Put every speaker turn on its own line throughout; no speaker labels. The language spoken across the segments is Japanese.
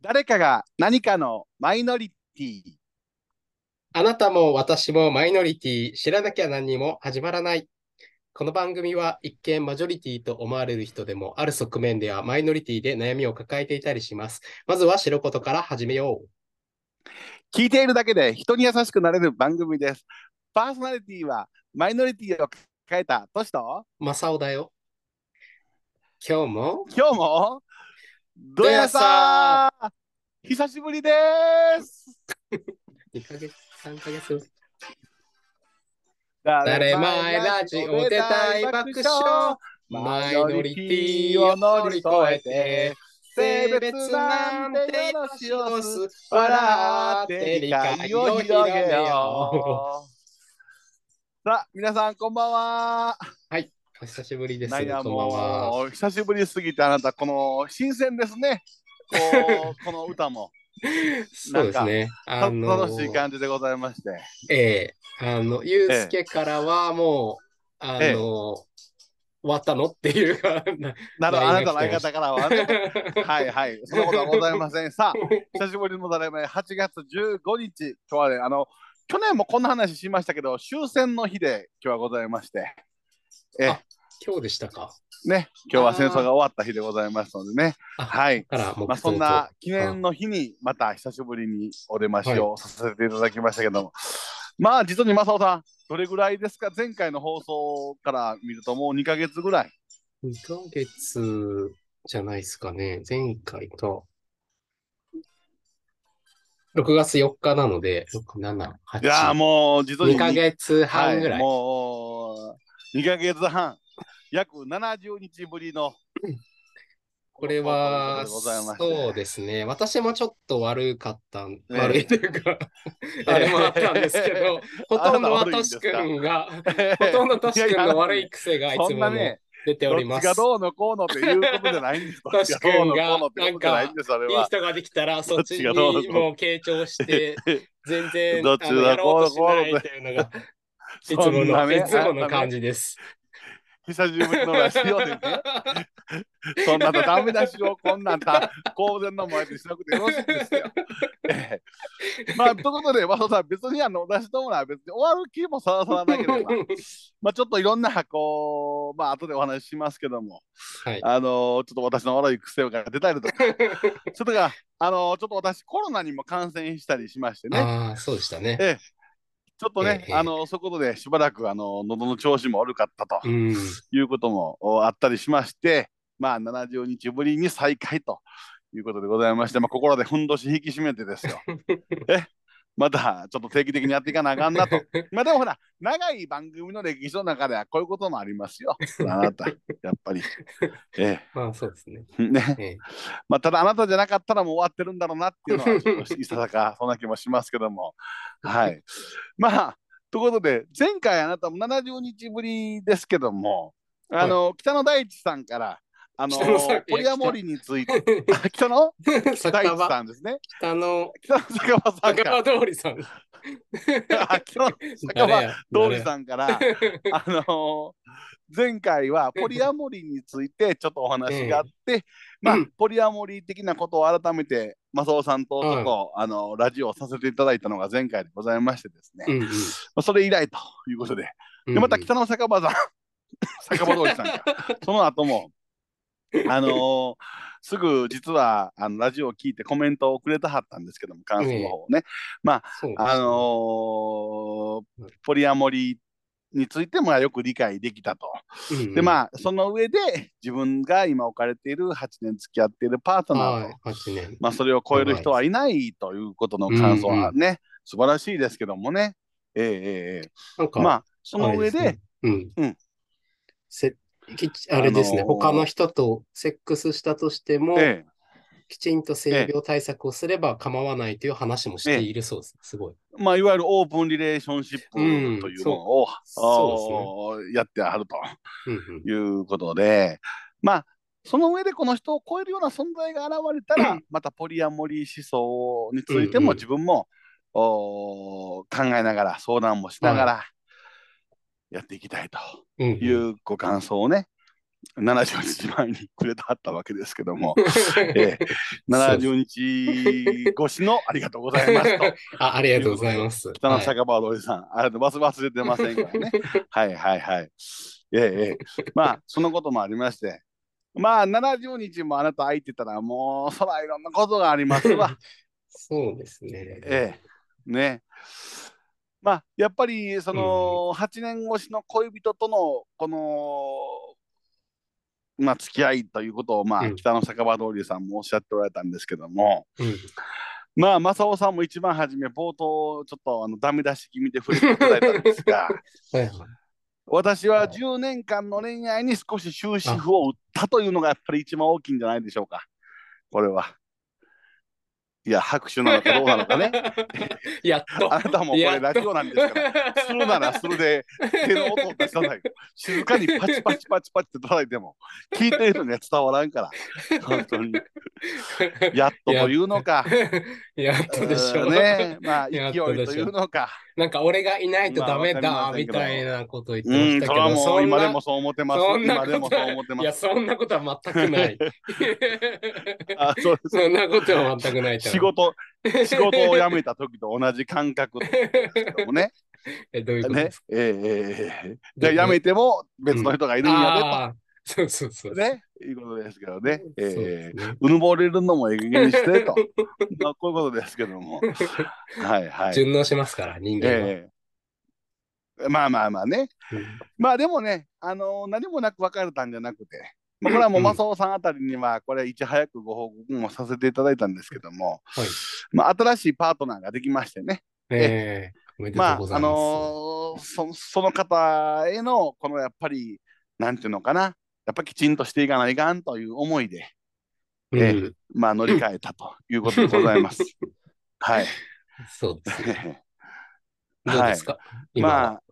誰かが何かのマイノリティ。
あなたも私もマイノリティ、知らなきゃ何にも始まらない。この番組は一見マジョリティと思われる人でも、ある側面ではマイノリティで悩みを抱えていたりします。まずは知ることから始めよう。
聞いているだけで人に優しくなれる番組です。パーソナリティはマイノリティを抱えたトシと、
マサオだよ。今日も
今日も、どやさー久しぶりです
2ヶ月、3ヶ月。
誰
誰前ラジオで大爆笑。マイノリティを乗り越えて、性別なんてのしをす、笑って理解を広げよ
さあ、皆さん、こんばんは。
う。お久しぶりです。
な
こ
い
んば
なん
は。
もう、久しぶりすぎて、あなた、この新鮮ですね。こ うこの歌も、
そうですね。
た
あの
楽しい感じでございまして。
ええあの、ゆうすけからはもう、あの、
ええ
終わったのっていうか、な
なるほど、あな
来
たの
年
相方
来
からはね。 はいはい、そんなことはございません。さあ、久しぶりのだれめ、8月15日、今日はね、あの、去年もこんな話しましたけど、終戦の日で今日はございまして、
今日でしたか。
ね、今日は戦争が終わった日でございますのでね、
あ
はい。
だから、もう、
まあ、そんな記念の日にまた久しぶりにお出ましをさせていただきましたけども、まあ実に正雄さんどれぐらいですか前回の放送から見るともう2ヶ月ぐらい
2ヶ月じゃないですかね。前回と。6月4日なので、6、7、8。
いやーもう実に
2ヶ月半ぐら。
はいい、もう2ヶ月半約70日ぶりの
これは、
ございまして
そうですね。私もちょっと悪かったん、
ええ
悪いというか、あれもあったんで すけど、ほとんどはトシ君が、ほとんどトシ君の悪い癖がい
そ
つ
ん
も
な
の
ね
出てお
ど
り
っ
ま
ち
す。い
がどうのこうのっていうことじゃないんです
トシ君が
どっちどうのこうのってことじゃないんですそれ
い
は
人ができたら、そっち
どっちがどう
にもう傾聴して、全 然
どっち
あの
だ
やろうとし
こうだ
ないというのが、いつも
そんな
の、
ね
いつもの感じ です。
久しぶりのラジオでね そんなのダメ出しをこんなんた公然の前でしなくてよろしいんですよ。ええまあ、ということで、和田さん、別にあの私どもらは別に終わる気もさらさらなけれ ば、まあ、ちょっといろんな、こう、まあ、後でお話ししますけども、
はい
あのちょっと私の悪い癖が出たり とか、それから、あのちょっと私、コロナにも感染したりしましてね、
ああ、そうでしたね。
ちょっとね、
ええ
あのそういうことで、しばらく、あの喉の調子も悪かったと。
うん。
いうこともおあったりしまして、まあ、70日ぶりに再開ということでございまして、まあ、ここらでふんどし引き締めてですよ。えまたちょっと定期的にやっていかなあかんなと。まあでもほら、長い番組の歴史の中ではこういうこともありますよ。あなた、やっぱり。え
まあ、そうですね。
え、ね。
ええ
まあただあなたじゃなかったらもう終わってるんだろうなっていうのは、ちょっといささ かそんな気もしますけども。はい。まあ、ということで、前回あなたも70日ぶりですけども、あの、北野大地さんから、あの
北野さんいや、
ポリアモリについ て、あ北野
酒
大地
場、
さんですね。
北の
北野酒場さん
酒
か
場通りさん。
ら、あ北野酒場通りさんから、 あの前回はポリアモリーについてちょっとお話があって、まあ、
うん
ポリアモリー的なことを改めてマサオさんとちょっと、あのラジオをさせていただいたのが前回でございましてですね、
うんうん
まあ、それ以来ということで
うん
でまた北の酒場さん 酒場通りさん かその後もあのすぐ実はあのラジオを聞いてコメントをくれたはったんですけども感想の方をね、
そうですね
あのーポリアモリーについてもよく理解できたと。
うん
で
あ、
まあその上で自分が今置かれている8年付き合っているパートナーと、
はい、八年。
まあ、それを超える人はいないということの感想はね、素晴らしいですけどもね、えええええ
なん
え
か、
ま
あ
あその上で
れすね、うん。
うん
せきちあれですね、
あのー
他の人とセックスしたとしても、
え
きちんと性病対策をすれば構わないという話もしているそうです。すごい。
えまあ、いわゆるオープンリレーションシップというのを、あ
そう
ーやってはると
うんうん
いうことでまあその上でこの人を超えるような存在が現れたら、またポリアモリー思想について
うんう
も
ん
自分も、おー考えながら相談もしながらやっていきたいと
うんうん
いうご感想をね、 70日前にくれたったわけですけど も、ええ70日越しのありがとうございますと。
あ、ありがとうございます。
北の
はい
酒場通りさん、あれの忘忘れてません からね。はいはいはい。ええええ。まあ、そのこともありまして、まあ、70日もあなた空いてたら、もう、そらいろんなことがありますわ。
そうですね。
ええ、ね。まあ、やっぱり、その、8年越しの恋人との、この、まあ、付き合いということを、ま
う
あ、
ん
北の酒場通りさんもおっしゃっておられたんですけども、
うん
まあ、正雄さんも一番初め、冒頭、ちょっと、あの、ダメ出し気味で触れていただいたんです が、
はい
私は10年間の恋愛に少し終止符を打ったというのが、やっぱり一番大きいんじゃないでしょうか。これは。いや、拍手なのかどうなの かね。
やっと。
あなたもこれラジオなんですから。するならするで手の音を出さない。静かにパチパチパチパチって叩いても聞いてる人には伝わらんから。本当に。やっとというのか。
やっとでしょ
う
う。
ーんね。まあ勢
や
い
っと
と
でしょう
いうのか。
なんか俺がいないとダメ
まあ
だ
わかり
み
ません
た
け
い
ど
なこと言
う
って
ん、
ました
そ
け
れは
ど、
も
そ
うん今で
な
もそう思ってます。
そんな
今
こと
でもそう思ってま
いや、
す。
そんなことは全く ない。
あそうです
そんなことは全くないと
仕
思う。
事、仕事を辞めた時と同じ感覚で もね。
え、どういうことで
ね
す。
えええええで辞めても別の人がいるんやで
かああ、そうそうそう。
と。ね。いうことですけどね。え
そう
え
ですね
うぬぼれるのもええ加減にして と。まあ、こういうことですけども。はいはい。
順応しますから、人間は。
ええまあまあまあね。まあでもね、あのー何もなく別れたんじゃなくて、まあ、これはもう
うん
正雄さんあたりには、これいち早くご報告もさせていただいたんですけども、
はい
まあ、新しいパートナーができましてね、
ええおめでと
ま
う
あ
ござ
あ
います。
のーそその方への、このやっぱり、なんていうのかな、やっぱきちんとしていかないかんという思いで、
うん
ええまあ乗り換えたということでございます。はい。
そうですね。 どうですか、今
ま
は
あ、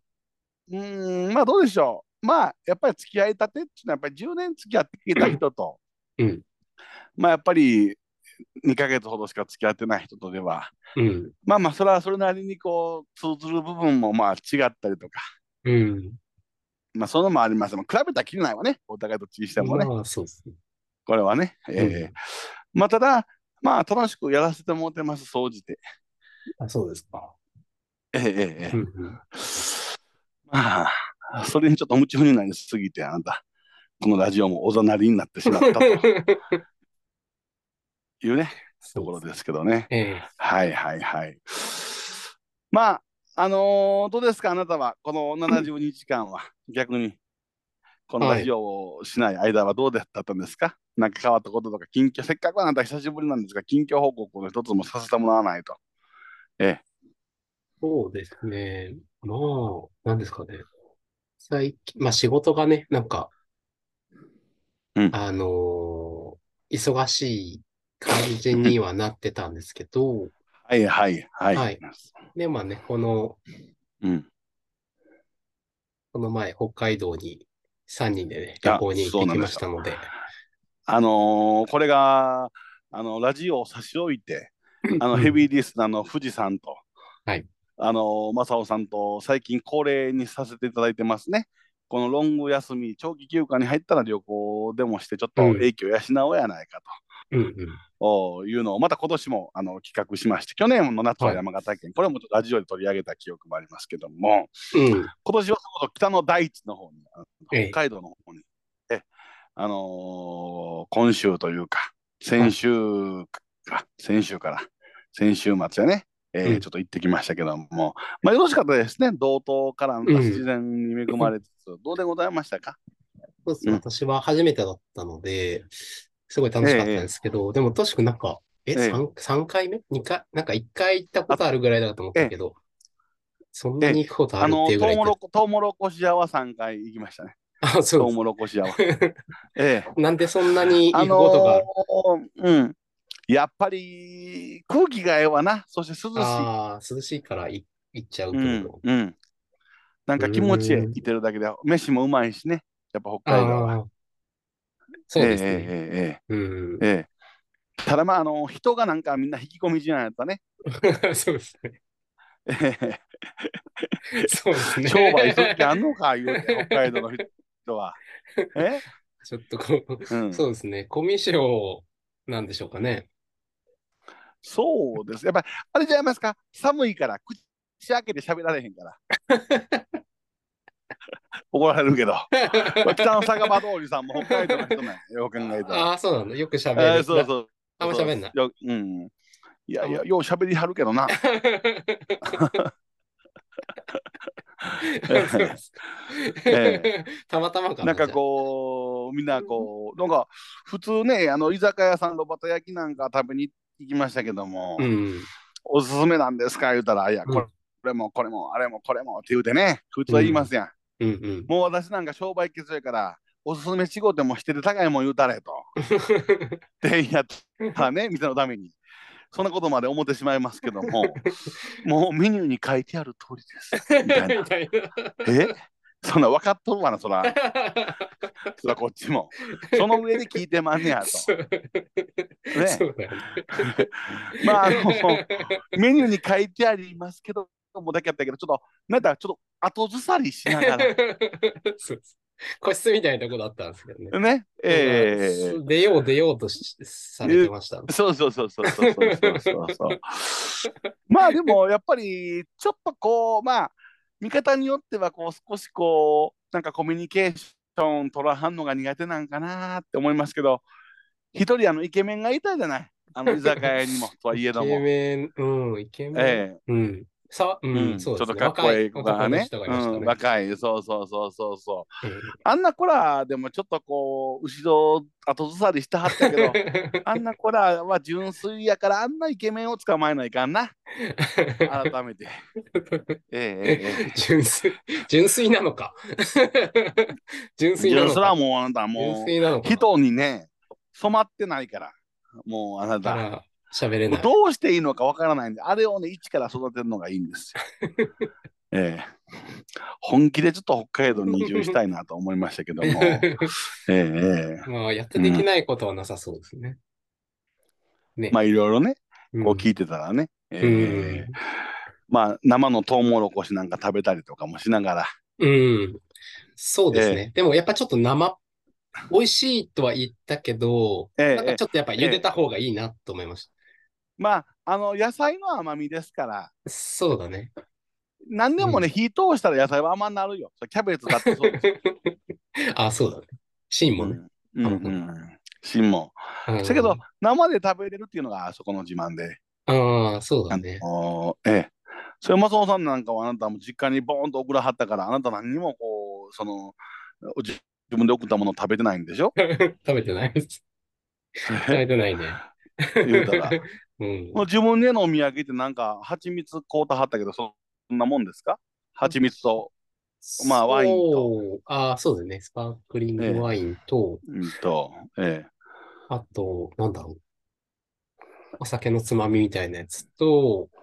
うーん、まあどうでしょう。まあ、やっぱり付き合いたてっていうのは、やっぱり10年付き合ってきた人と、
うん
まあやっぱり2ヶ月ほどしか付き合ってない人とでは、
うん。
まあまあ、それはそれなりにこう、通ずる部分もまあ違ったりとか、
うん。
まあそういうのもあります。まあ比べたらきりないわね、お互いどっちにしてもね、
まあ、そうですね。
これはね。ええ
うん
まあただ、まあ楽しくやらせてもらってます、総じて。
あ、そうですか。
えええええ
う
え
んうん
まあ、それにちょっと夢中になりすぎて、あなた、このラジオもおざなりになってしまったと いうね、ところですけどね。
ええ
はいはいはい。まあ、あのーどうですか、あなたは、この72時間は、逆に、このラジオをしない間はどうだったんですか、なんか変わったこととか、近況、せっかくあなた久しぶりなんですが、近況報告の一つもさせてもらわないと。
そうですね。まあ、なんですかね。最近、まあ仕事がね、なんか、
うん
あのー忙しい感じにはなってたんですけ ど、
はいはいはい。
はいで、まあね、この、
うん、
この前、北海道に3人でね、
あ
旅行に行ってきましたので、
あのーこれが、あの、ラジオを差し置いて、あの、ヘビーリスナーの富士さんと、
はい
あの、正雄さんと最近恒例にさせていただいてますね。このロング休み、長期休暇に入ったら旅行でもして、ちょっと
うん
影響養おうやないか
うんうん。
というのを、また今年もあの企画しまして、去年の夏は山形県、これもちょっとラジオで取り上げた記憶もありますけども、
うん。
今年はその北の大地の方に、あの
ええ
北海道の方に、えあのー今週というか、先週か、先週から、先週末やね、えー
うん
ちょっと行ってきましたけども、まあ、よろしかったですね、道東からの
うん
自然に恵まれつつ、どうでございましたか
そうですね、
うん
私は初めてだったので、すごい楽しかったんですけど、でも、としくなんか、え、
ええ
3、三回目 ?2 回なんか1回行ったことあるぐらいだと思ったけど、そんなに行くことあ
あ
るっ
の
ていう
ー、ト
ぐ
ウ
らい行
モ
った
ロコ、トウモロコシ屋は3回行きましたね。
あ、
ト
そう
ウ
で
モロコシ屋は。
す。
ええ
なんでそんなに行
あ
くことがある
のーうん。やっぱり空気がええわな、そして涼しい。
あー涼しいからい行っちゃうけ
う
れ
ん
ど。
うん、なんか気持ち
う
え
ん
いてるだけで、飯もうまいしね、やっぱ北海道は。
ああ、そうです
ええ
ね。
え
うん
ええ。えええただまあ、あの人がなんかみんな引き込みじゃない とね、
そうですね。
ええ
そうですね。
商売する気あんのか、言うて、北海道の人は。え
ちょっとこ
う
う、
ん、
そうですね。コミュ障なんでしょうかね。
そうです。やっぱり、あれじゃないですか、寒いから、口開けて喋られへんから。 怒られるけど、北の酒場通りさんも北海道の人なんやよ、く考えたら。
ああ、そうなの。よく喋る。
えーそうそう。
あんま喋んない。
ようん。いやいや、よう喋りはるけどな。
そうです
え
たまたまかな。
なんかこう、みんなこう、なんか普通ね、あの居酒屋さん、炉端焼きなんか食べに行きましたけども、
じゃあうん。
おすすめなんですか言うたら、いや、
うん
これ,、もこれもあれもこれもって言うてね、普通は言いますやん。
うんうん。
もう私なんか商売気づいから、おすすめ仕事もしてて高いもん言うたれと、店員やったら ね、店のために。そんなことまで思ってしまいますけども、もうメニューに書いてある通りです。みたい
み
な。
たい
えそんな分かっとるわな、そら、
な。
そらこっちも。その上で聞いてまんねや と。
そうそうだよね。
まあ、あの、メニューに書いてありますけど、もだけやったけど、ちょっと、なんだ、ちょっと後ずさりしなが
そうです個室みたいなとこだったんですけどね。
ら。ね。ええ
出よう出ようとしされてました。
そうそうそうそうそうそうそうそうそう。 まあでも、やっぱり、ちょっとこう、まあ、見方によっては、こう、少しこう、なんかコミュニケーション取らはんのが苦手なんかなって思いますけど、一人、あの、イケメンがいたじゃない。あの、居酒屋にも、とはいえど
イケ
も。
メン、うん、イケメン。
ええ
うん。さ、う、
うんんち
そ
ょ
う
っ
です
と
ね。
かっこいい子が
若い男の
ね
人がいましたね
うん。若い、そうそうそうそうそう。あんな子らでもちょっとこう、後ろ後ずさりしてはったけど、 あんな子らは純粋やから、あんなイケメンを捕まえないかん な、改めて。えええ
純粋、純粋なのか。 純
え。
粋なの
純粋は
か。
もうあなた、
純
も
粋なの
う、
か。
人にね、染まってないから、もうあな
か
た。
ら喋れ
もう
ない。
どうしていいのかわからないんで、あれをね、一から育てるのがいいん ですよ。ええ。本気でちょっと北海道に移住したいなと思いましたけど も。え
まあ、やってできないことはなさそうですね。
えまあいろいろね、
うん
こう聞いてたらね、え
う
え
ん
まあ生のトウモロコシなんか食べたりとかもしながら、
うん。そうですね。でもやっぱちょっと生、美味しいとは言ったけど、
ええ
なんかちょっとやっぱ茹でた方がいいなと思いまし
まああの野菜の甘みですから、
た。そうだね。
何でもね、火通したら野菜は甘になるよ。それキャベツだってそうですよ。
あ、 そうだね。芯もね。
うんうんうん芯も。
うん
だけど、生で食べれるっていうのがあそこの自慢で。
ああ、そうだね。
おええ。それ松本さんなんかはあなたも実家にボーンと送らはったから、あなた何にもこう、その、自自分で送ったものを食べてないんでしょ
食べてないです。食べてないね。
言うたら。
うん。
もう自分でのお土産ってなんか蜂蜜買うたはったけどそんなもんですか蜂蜜と、まあワインと
そう。ああ、そうだね。スパークリングワインと、
うんとえ
あと、なんだろう。お酒のつまみみたいなやつと、
え、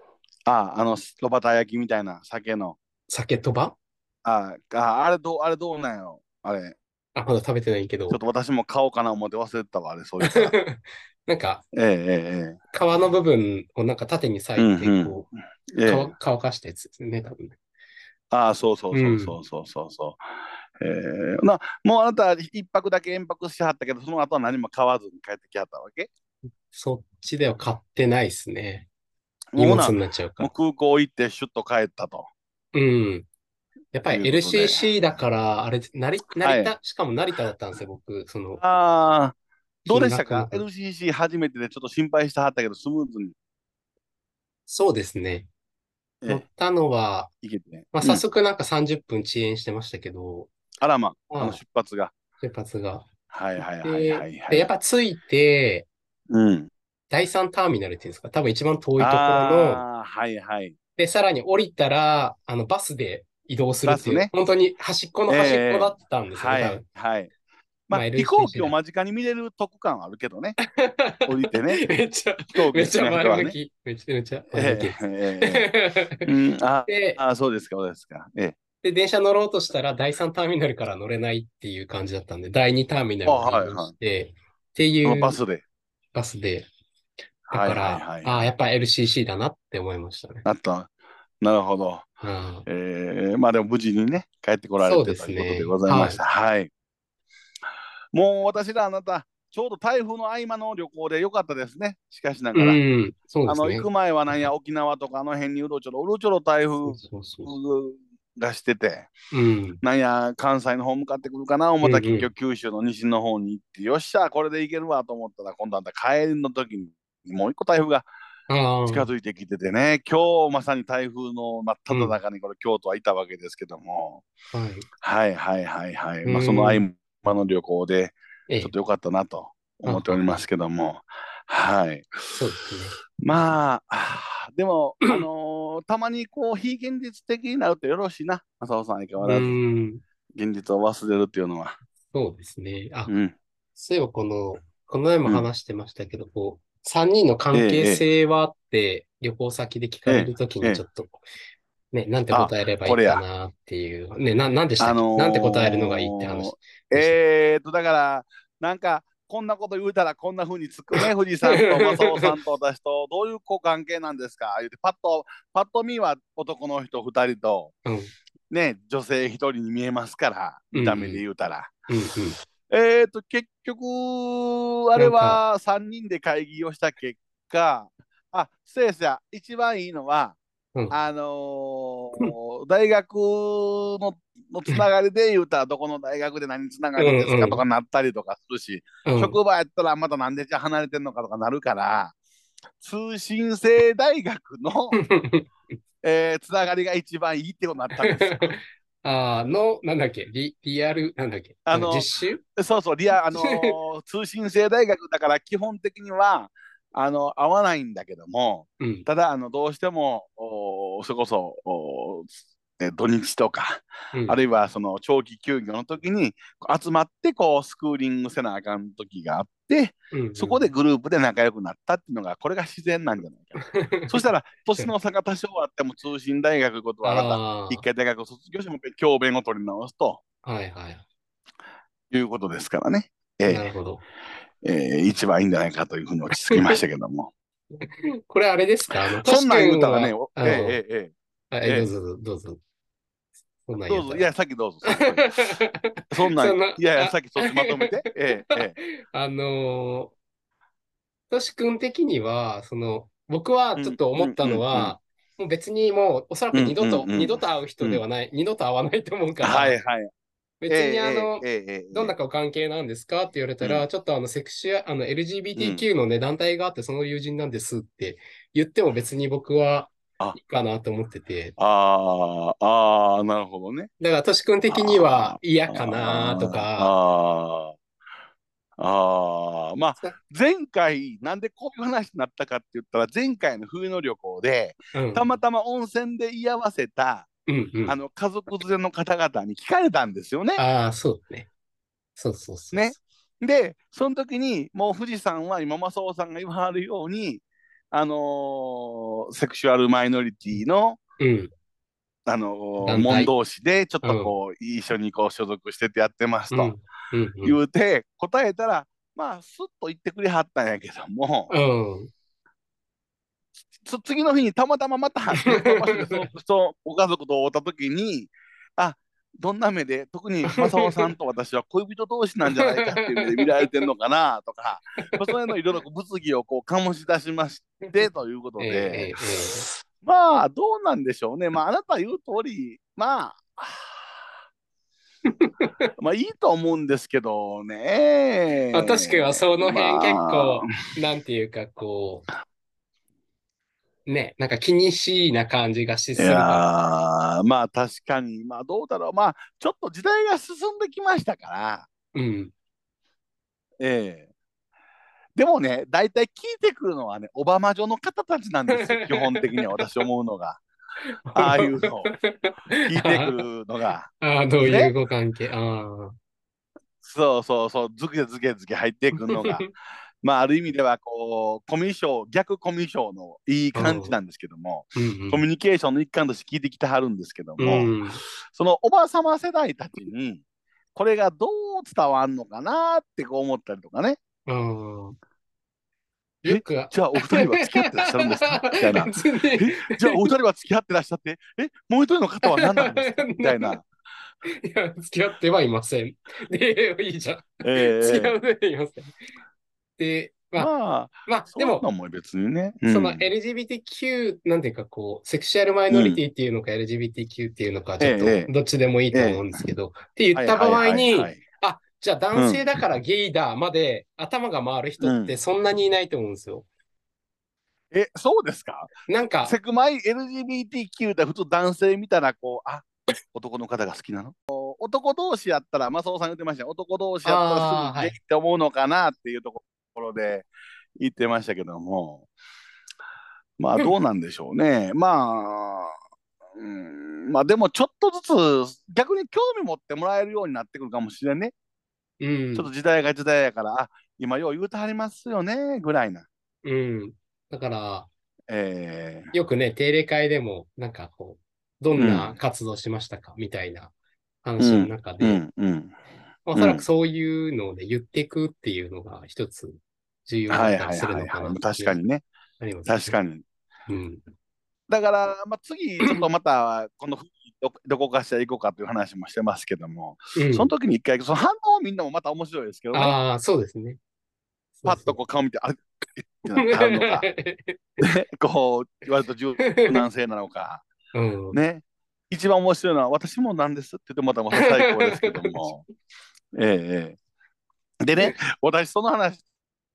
ああの炉端焼きみたいな酒の
酒とば
あああれどうあれどうなんやろあれち
あ、まだ食べてないけ
ょ
ど
っ。と私も買おうかな思って忘れてたわあれそういう
なんか、
ええ
皮の部分をなんか縦に裂いて、
うんうん
こう、
ええええええ
乾乾かしたやつですね、多分ね。
ああそうそうそうそうそうそうそう、ええなもうあなた一泊だけ延泊しはったけどその後は何も買わずに帰ってきはったわけ
そっちでは買ってないですね。荷
もう
物
な
になっちゃうか
もう
ら。
空港行ってシュッと帰ったと
うん。やっぱり
ということで
LCC だから、あれ、成
は
成
い
田、しかも成田だったんですよ、僕。その、
ああどうでした
金
か
額の
?LCC 初めてでちょっと心配してはったけど、スムーズに
そうですね。
ええ
乗ったのは、
行けてね。
まあ、
うん
早速なんか30分遅延してましたけど、
あらま、
うん
あの出発が。
出発が。
はいはいはいはいは
で、
い。
やっぱ着いて、
うん。
第3ターミナルっていうんですか、多分一番遠いところの、
ああ、はいはい。
で、さらに降りたら、あの、バスで移動するっていう、
バスね
本当に端っこの端っこだったんですよ
は
ね、多
い
分
はい。ま
まあ
あ、
LCC
飛行機を間近に見れる特感はあるけどね。降りてね。
めっちゃ、
飛行機
めっち
好
ゃ
きな人は
前向
ね。
き。めちゃめちゃ前向き
ええええうん、あ
で
あ、そうですか、そうですか。え
で、電車乗ろうとしたら、第3ターミナルから乗れないっていう感じだったんで、第2ターミナルに
あはいはい
移動して、ってい
え、
う
バスで。
バスで、だ
はい
か
はい
ら、
はい。
ああ、やっぱ LCC だなって思いましたね。
あった。なるほど。
うん
えー、まあでも無事にね、帰ってこられて
そ
と
うで
いうこ
すね
とでございました。はい。もう私らあなた、ちょうど台風の合間の旅行でよかったですね。しかしなが
う
ら。
ん、そうで
あ
す
の、
ね
行。く前はなんや、沖縄とかあの辺にうろちょろ、うろちょろ台風
そうそうそ
がしてて、
う。うん。
なんや、関西の方向かってくるかな、思ったら
うんうん
結局九州の西の方に行って、よっしゃ、これで行けるわと思ったら、今度あんた帰りの時に、もう一個台風が
ああ。
近づいてきててね、今日まさに台風の真っ只中にこれ京都はいたわけですけども、
はい。
はいはいはいはい、ま
う
あ、
ん
その合間の旅行で
ええ
ちょっ、と良かったなと思っておりますけども、はい。
そうですね。
まあ、で も、あのーたまにこう、非現実的になるとよろしいな、浅尾さん、相変わ
う
らず、
ん。
現実を忘れるっていうのは。
そうですね。あ、
うん、
そういえばこの、この前も話してましたけど、こう、3人の関係性はって、旅行先で聞かれるとき
え
に
え
ちょっと、ね、なんて答えれば
あ
いい
これや
かなっていう、ね、な、なんでしたっけ
あのー
なんて答えるのがいいって話。
えー、っと、だから、なんか、こんなこと言うたらこんなふうにつくね、藤井さんと正雄さんと私と、どういうご関係なんですか言うて、パッと、パッと見は男の人2人と、
うん、うん、
ね、女性1人に見えますから、見た目で言うたら。
うん。
えー、と、結局、あれは3人で会議をした結果、あ、せいせい、一番いいのは、
うん
あのー大学ののつながりで言うたら、どこの大学で何つながりです
うんう
か
ん
とかなったりとかするし、
うん
職場やったらまたなんでじゃあ離れてんのかとかなるから、通信制大学の、えーつながりが一番いいってことになったんですよ。
あーの、なんだっけ、リ、リアル、なんだっけ、
あの
実習
そうそう、リア、あの ー通信制大学だから基本的には、あの、合わないんだけども、
うん、
ただ、あの、どうしても、おーそれこそ、おーえ土日とか、
うん
あるいはその長期休業の時にこう集まって、こう、スクーリングせなあかん時があって、
うんうん
そこでグループで仲良くなったっていうのが、これが自然なんじゃないか な。そしたら、年の差が多少あっても、通信大学いうことはあなた、
あー
一回大学を卒業しても、教鞭を取り直すと
はいはい。
いうことですからね。ええ
なるほど。
えー、一番いいんじゃないかというふうに落ち着きましたけど も。
これあれですかあの、
そんなん言うたら
トシ
ね、
君は
お
あ
え
の
えええ
あ
ええ
どうぞ、どうぞ。そんな
え
ん
え、どう
言う
ぞ、
た
い
ら
や、さっきどうぞ。そんなん、
そんない
やい
あ
や、さっきそっちまとめ て。ええええ
あのー、トシ君的には、その、僕はちょっと思ったのは、もう別にもう、おそらく二度と、
うんうんうん
二度と会う人ではない、二度と会わないと思うから、
はいはい。
別にあの、
ええええええ
どんなご関係なんですかって言われたら、ちょっとあの、セクシュア、あの、LGBTQ のね、団体があって、その友人なんですって言っても別に僕は
あ
いいかなと思ってて、
あーあー、なるほどね。
だから、トシ君的には嫌かなとか、
あーあー。まあ
さ、
前回、なんでこういう話になったかって言ったら、前回の冬の旅行で、
うん
たまたま温泉で居合わせた、
うんうん
あの、家族連れの方々に聞かれたんですよね。
ああ、そうね。そうそうそう。
ね。で、その時に、もう富士山は今、正雄さんが言わはるように、あのーセクシュアルマイノリティの、
うん。
あのー
団体
門同士で、ちょっとこう、一緒にこう所属しててやってます
うん
と
うん
言うて、答えたら、まあ、すっと言ってくれはったんやけども、
うん。うん。
つ次の日にたまたままた、そう、ご家族と会った時に、あどんな目で、特に正雄さんと私は恋人同士なんじゃないかっていう目で見られてるのかなとか、まあそういうのいろいろこう物議をこう醸し出しましてということ
ええええ
で、
ええ
まあ、どうなんでしょうね。まあ、あなた言う通り、まあ、まあいいと思うんですけどね。
まあ確かにその辺結構
まあ、
なんていうか、こう、ね、なんか気にしいな感じがし
い
すぎた。
やーまあ確かにまあどうだろうまあちょっと時代が進んできましたから
うん。
ええでもね大体聞いてくるのはねオバマ女の方たちなんです よ基本的には私思うのがああいうのを聞いてくるのが
ああ、どういうご関係。あ
そうそうそうズケズケズケ入ってくるのが
あ。
まあある意味ではこうコミュ障逆コミュ障のいい感じなんですけども、
うん
コミュニケーションの一環として聞いてきてはるんですけど
う
も、
ん。うん。
そのおばあさま世代たちに、これがどう伝わんのかなってこう思ったりとかね。
うん。
え
よくあ、。
じゃあお二人は付き合ってらっしゃるんです かみたいな
別に
えじゃあお二人は付き合ってらっしゃって、えもう一人の方は何なんですかみたいな。
いや、付き合ってはいません。で、いいじゃん。
ええ
付き合ってはいません。で、まあ、
まあ、
まあ、
で
で
も、
も
そういう、のも別にね。
その
うん
LGBTQ、なんていうかこう、セクシュアルマイノリティっていうのか LGBTQ っていうのか、ちょっ
ええ
とどっちでもいいと思うんですけど、って言った場合
はいはい
に
はいは、い
あ、じゃあ男性だからゲイだまで頭が回る人ってそんなにいないと思うんですよ。
え、そうですか
なんか、
セクマイ LGBTQ って普通男性見たらこう、あ男の方が好きなのお 男同士やったら、まあ、そうさん言ってましたよ男同士やったら
あー
すぐ
は
ゲ
い
イって思うのかなっていうところで言ってましたけども、まあ
うん
どうなんでしょうね。まあ、うん、まあでもちょっとずつ逆に興味持ってもらえるようになってくるかもしれんね。
うん
ちょっと時代が時代やから、あ今よう言うてはりますよね、ぐらいな。
うん。だから、
え
よくね、定例会でも、なんかこう、どんな活動しましたかみたいな話の中
ーう
で、
んうん。
まあおそらくそういうのをね、言っていくっていうのが一つ重要だ
は
っ
い
た
は
り
い
する
は
の
い
か
は。
ない
確かにね。確か
に。
に。
うん。
だから、まあ、次、ちょっとまた、この冬ど、どこかしら行こうかという話もしてますけども、
うん
その時に一回、その反応をみんなもまた面白いですけどね。
ああ、そうですね。
パッとこう顔見て、あれってなってはるのか。でこう、割と柔軟性なのか。
うん。
ね。一番面白いのは、私もなんですって言って、またまた最高ですけど も。ええええ。でね、私、その話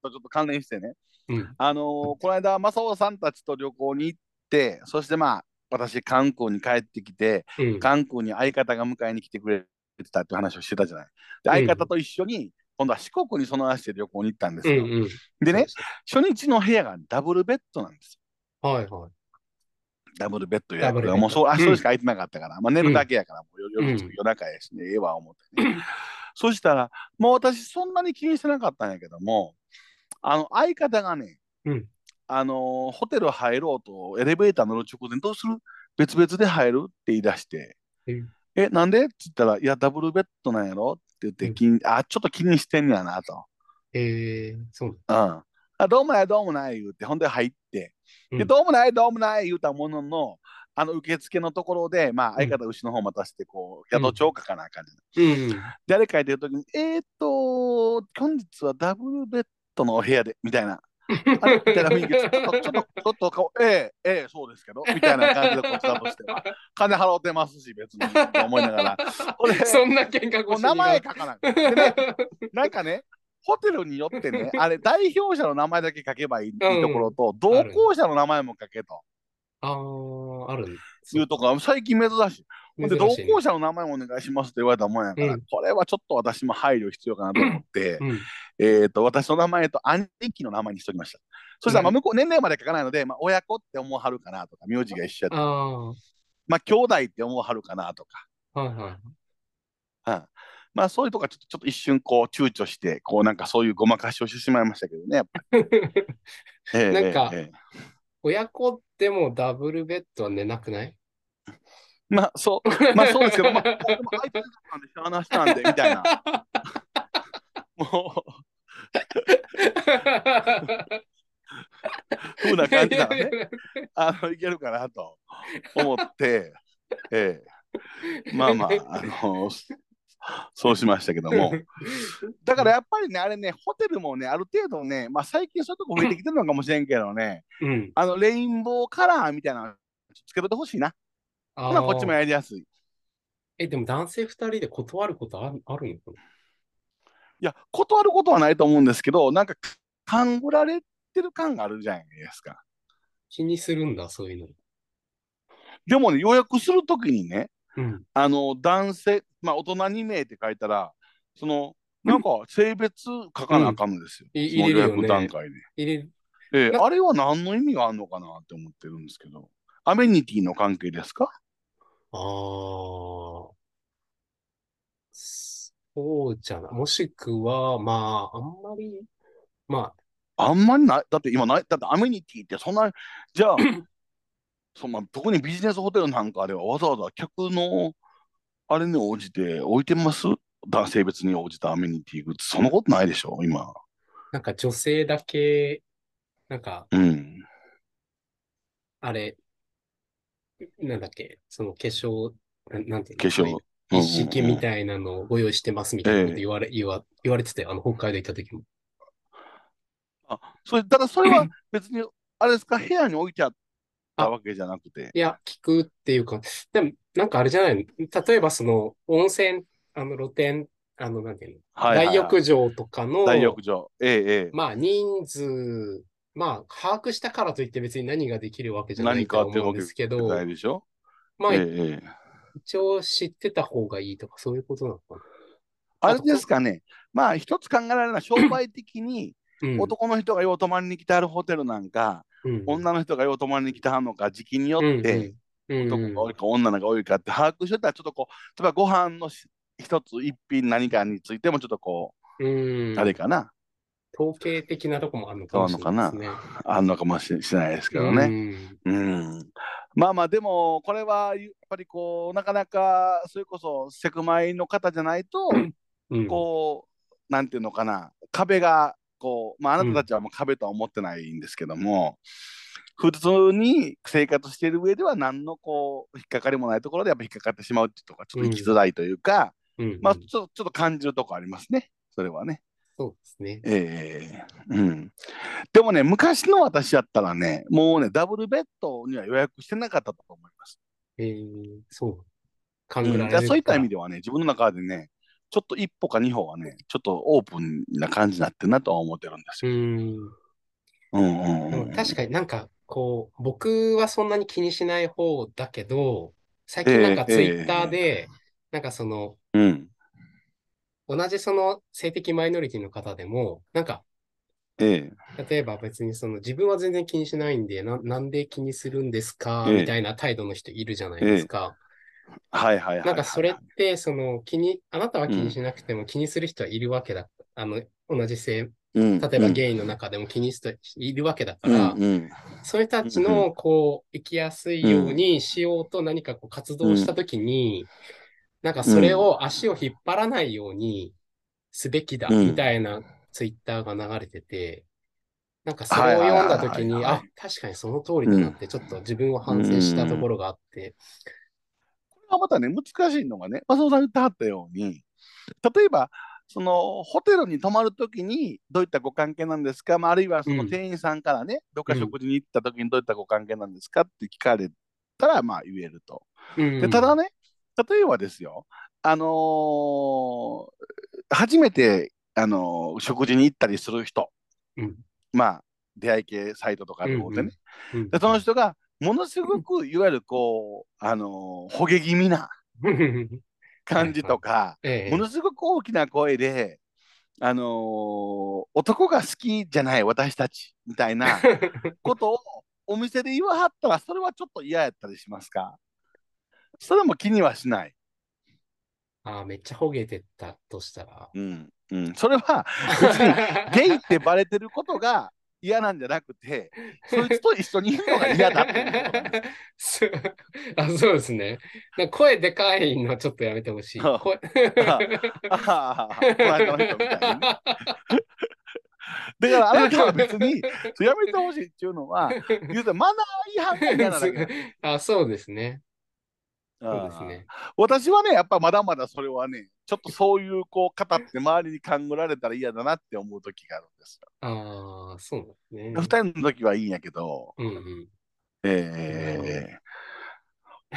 とちょっと関連してね、
うん。
あのーこの間、正雄さんたちと旅行に行って、そしてまあ、私、韓国に帰ってきて、
うん。
韓国に相方が迎えに来てくれてたって話をしてたじゃない。で
うん
相方と一緒に、今度は四国に備わして旅行に行ったんです
うん
よ。
うん。
でね、初日の部屋がダブルベッドなんです
はいはい。
よ。ダブルベッド予約
ダブルベッ
が
ド
もうそう、あ、
うん
そうしか空いてなかったから、まあ寝るだけやから、もう夜,、
うん
夜中やしね、ええわ思って、ね。そしたら、もう私そんなに気にしてなかったんやけども、あの、相方がね、
うん
あのーホテル入ろうとエレベーター乗る直前どうする別々で入るって言い出して、
うん
え、なんでって言ったら、いや、ダブルベッドなんやろって言って、
うん
気にあ、ちょっと気にしてんやなと。
ええ、そう。
うん。あどうもない、どうもない言うて、ほんで入って、
う
で、
ん
どうもない、どうもない言うたものの、あの受付のところで、まあ、相方、牛の方待たして、こう、
うん
宿長かかな感じで。
うん。
誰かいてるときに、えーっと、本日はダブルベッドのお部屋で、みたいな。あれみたいな雰囲気でちょっと、 ちょっと、ちょっと顔、ええええそうですけど、みたいな感じで、こちらとしては。金払うてますし、別に、と思いなが ら。俺
そんな喧嘩腰
こう
に
名前
な
書かなくて。でね、なんかね、ホテルによって ね、あれ、代表者の名前だけ書けばいい,、
うん
ところと、同行者の名前も書けと
ああ、あるんで
いうところ、最近珍しい。ほんで、同
珍しいね
行者の名前もお願いしますって言われたもんやから、
うん
これはちょっと私も配慮必要かなと思って、
うん。
えっと、私の名前と兄貴の名前にしときました。そしたら、まあ、
うん
向こう、年齢まで書かないので、まあ、親子って思わはるかなとか、名字が一緒やとか、
あ
まあ、兄弟って思わはるかなとか、
あ、はいはい。
うんまあ、そういうとこはちょっとちょっと一瞬、こう、躊躇して、こう、なんかそういうごまかしをしてしまいましたけどね、やっぱり。ええ
なんか
ええええ
親子でもダブルベッドは寝なくない
まあそう、まあそうですけど、まあ、でも相手なんでしゃあなしなんで、みたいな。 もう、ふうな感じならね、あの、いけるかなと思って、ええまあまあ、あの、そうしましたけども。だからやっぱりね、あれね、ホテルもね、ある程度ね、まあ最近そういうとこ増えてきてるのかもしれんけどね、
うん。
あの、レインボーカラーみたいなのつけといてほしいな。
あ
ほなこっちも
ー
やりやすい。
え、でも男性二人で断ることあるあるのか
いや、断ることはないと思うんですけど、なんか、勘ぐられてる感があるじゃないですか。
気にするんだ、そういう
でもね、予約するときにね、
の。うん。
あの、男性、まあ、大人2名って書いたら、その、なんか、性別書かなあかんのですよ。
うんい
その
入れるよね
予約段階で。
入れる。
ええ
な
あれは何の意味があるのかなって思ってるんですけど、アメニティの関係ですか
ああ。そうじゃな。もしくは、まあ、あんまり、まあ、
あんまりない、だって今ない、だってアメニティってそんな、じ ゃあ、そんな特にビジネスホテルなんかではわざわざ客のあれに応じて置いてます男性別に応じたアメニティグッズ、そんなことないでしょ、今。
なんか女性だけ、なんか、
うん。
あれ、なんだっけ、その化粧、ななんていうの
化粧。うんうん
一式みたいなのをご用意してますみたいなこと言われ、言わ言われてて、あの、北海道行った時も。
それただそれは別に、あれですか、部屋に置いてあったわけじゃなくて。
いや、聞くっていうか、でも、なんかあれじゃないの例えばその、温泉、あの、露天、あの、なんていうの
はいはいはい
大浴場とかの、
大浴場。えええ
まあ、人数、まあ、把握したからといって別に何ができるわけ
え。
じゃない
何
と
か
は
あってる
思う
わ
ん
け
ですけど、
ないでしょ、
まあ、
ええええ。
一応知ってた方がいいとか、そういうことなのか
あれですかね、まあ一つ考えられるのは商売的に
な。うん、
男の人がよう泊まりに来てあるホテルなんか、
うん、
女の人がよう泊まりに来てはんのか、時期によって、
うんうん、
男が多いか女の子が多いかって把握してたらちょっとこう例えばご飯のし一つ一品何かについてもちょっとこ
うん、
う、あれかな
統計的なとこもあるのかもしれないですね。
あんのかもししれないですけどね。うん、まあまあでもこれはやっぱりこうなかなかそれこそセクマイの方じゃないと
うん。うん、
こうなんていうのかな壁がこうまああなたたちはもう壁とは思ってないんですけども。普通に生活している上では何のこう引っかかりもないところでやっぱ引っかかってしまうっていうとかちょっと生きづらいというか、
うん、
まあ、
う
ち
ん
ょっとちょっと感じるとこありますね。それはね。
そうですね。
ええうん。でもね、昔の私やったらね、もうね、ダブルベッドには予約してなかったと思います。
えー、そう。考
う
え
ん、
ら
だ
れ
から
る
そういった
か
意
ら
味ではね、自分の中でね、ちょっと一歩か二歩はね、ちょっとオープンな感じになってるなとは思ってるんですよ。
うん。
うんうんう
で
ん
も
うん。
確かになんかこう僕はそんなに気にしない方だけど最近なんか
ええ
ツイッターでなんかその
うん。
同じその性的マイノリティの方でもなんか
ええ
例えば別にその自分は全然気にしないんでな、なんで気にするんですか
ええ
みたいな態度の人いるじゃないですか。
はいはいはいはい、
なんかそれってその気に、あなたは気にしなくても気にする人はいるわけだ。あの、同じ性、
うん、
例えば
うん
ゲイの中でも気にする人いるわけだか
う
ら、
んうん
そういう人たちの、こう、生きやすいようにしようと何かこう活動したときに、なんかそれを足を引っ張らないようにすべきだ、
うん
みたいなツイッターが流れてて、なんかそれを読んだとき
はいはいはい
に、
はい
あ、確かにその通りだなって、ちょっと自分を反省したところがあって、
これがまたね、難しいのがね、松尾さん言ってはったように、例えば、そのホテルに泊まるときにどういったご関係なんですか、まあ、あるいはその
うん
店員さんからね、どっか食事に行ったときにどういったご関係なんですかって聞かれたら、まあ言えると。
うん
でただね、例えばですよ、あのー初めて、あのー食事に行ったりする人、
うん
まあ、出会い系サイトとかで会うてね、
うん
でその人が、ものすごく、いわゆるこう、あのー、ほげ気味な感じとか、
ええ
ものすごく大きな声で、あのー男が好きじゃない私たちみたい なことをお店で言わはったらそれはちょっと嫌やったりしますかそれも気にはしない、
あーめっちゃほげてたとしたら。
うんうん、それは別に ゲイってバレてることが嫌なんじゃなくてそいつと一緒にいるのが嫌だっていうことなんです
そうあそうですね。なんか声でかいのちょっとやめてほしい。
あ
声
ああこの間の人みたいにねだからあなたは別にそれやめてほしいっていうのは言うたらマナー違反が嫌なだけなんです
あそうですね。そうです
うん
ね。
私はね、やっぱまだまだそれはね、ちょっとそういうこう方って周りに勘ぐられたら嫌だなって思う時があるんですよ。
ああ、そうですね。
二、人の時はいいんやけど、
うんうん。
えー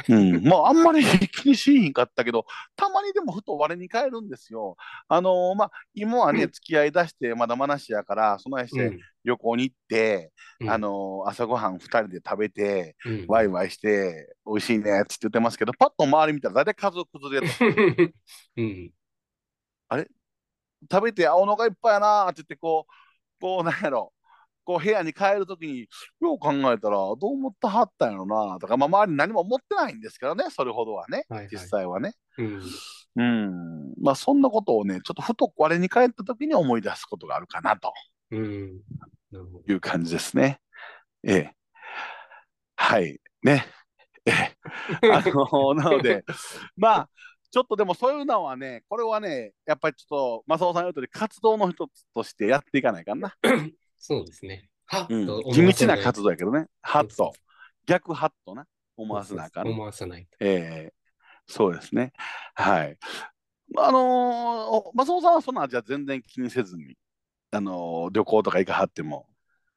うん、まああんまり 気にしいんかったけど、たまにでもふと我に返るんですよ。あのーまあ今はね、
うん
付き合い出してまだまなしやから、その辺し
う
て
ん
旅行に行って、
うん
あのー朝ごはん二人で食べて、
うん
ワイワイして、美味しいねっつって言ってますけど、パッと周り見たら大体家族連れやった
うん。
食べて、あ、お腹いっぱいやなーって言って、こう、こう、なんやろ、こう、部屋に帰るときに、よう考えたら、どう思ったはったんやろなとか、まあ、周りに何も思ってないんですけどね、それほどはね、
はいはい
実際はね。
うん。
うん。まあ、そんなことをね、ちょっとふと我に返ったときに思い出すことがあるかなと
うん。なるほど
いう感じですね。ええ。はい。ね。ええ。あのなので、まあ、ちょっとでもそういうのはね、これはね、やっぱりちょっと、正雄さんの言うとり、活動の一つとしてやっていかないかな。
そうですね。はっ
うん
と思わ
地
せ
道
ない
な活動やけどね、ハッ
そう
ト
そ、
逆ハットな、思わせなあかん。
思わせない。
ええそうですね。はい。まああのー松本さんはそんなじゃ全然気にせずに、あのー旅行とか行かはっても。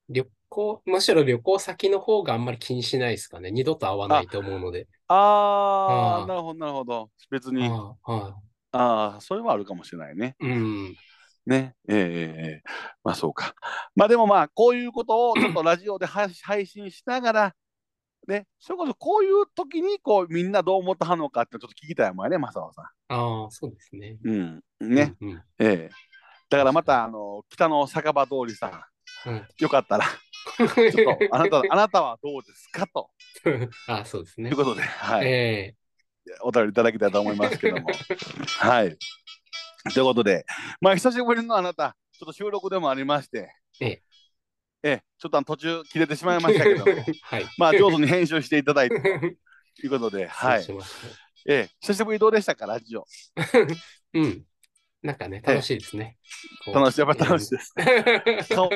旅行、むしろ旅行先の方があんまり気にしないですかね。二度と会わないと思うので。
あ
あー
あ、なるほど、なるほど。別に、
ああ、は
ああ、それはあるかもしれないね。
い。うん。
ね。ええええええまあそうか。まあでもまあ、こういうこと をちょっとラジオでは配信しながら、ね、それこそこういう時にこうみんなどう思ったはんのかってちょっと聞きたいもんやね、正雄さ
ああ、そうですね。
ん。うん。ね。
うんうん。
ええ。だからまた、あの、北の酒場通りさん、
うん
よかったら、ちょっと、あ なた、あなたはどうですかと
ああ、そうです
い
ね
う。ことで、はい、
え
お便りいただきたいと思いますけども。はい。ということで、まあ、久しぶりのあなた、ちょっと収録でもありまして、
ええ
ええちょっとあの途中切れてしまい
え
ましたけども、
はい。
まあ、上手に編集していただいて
は
ということで、 は
し
い。
まし
ええ久しぶりどうでしたか、ラジオ。
た。うん。なんかね、楽しいですね。こう
楽しい、やっぱり楽しいです。
うん
顔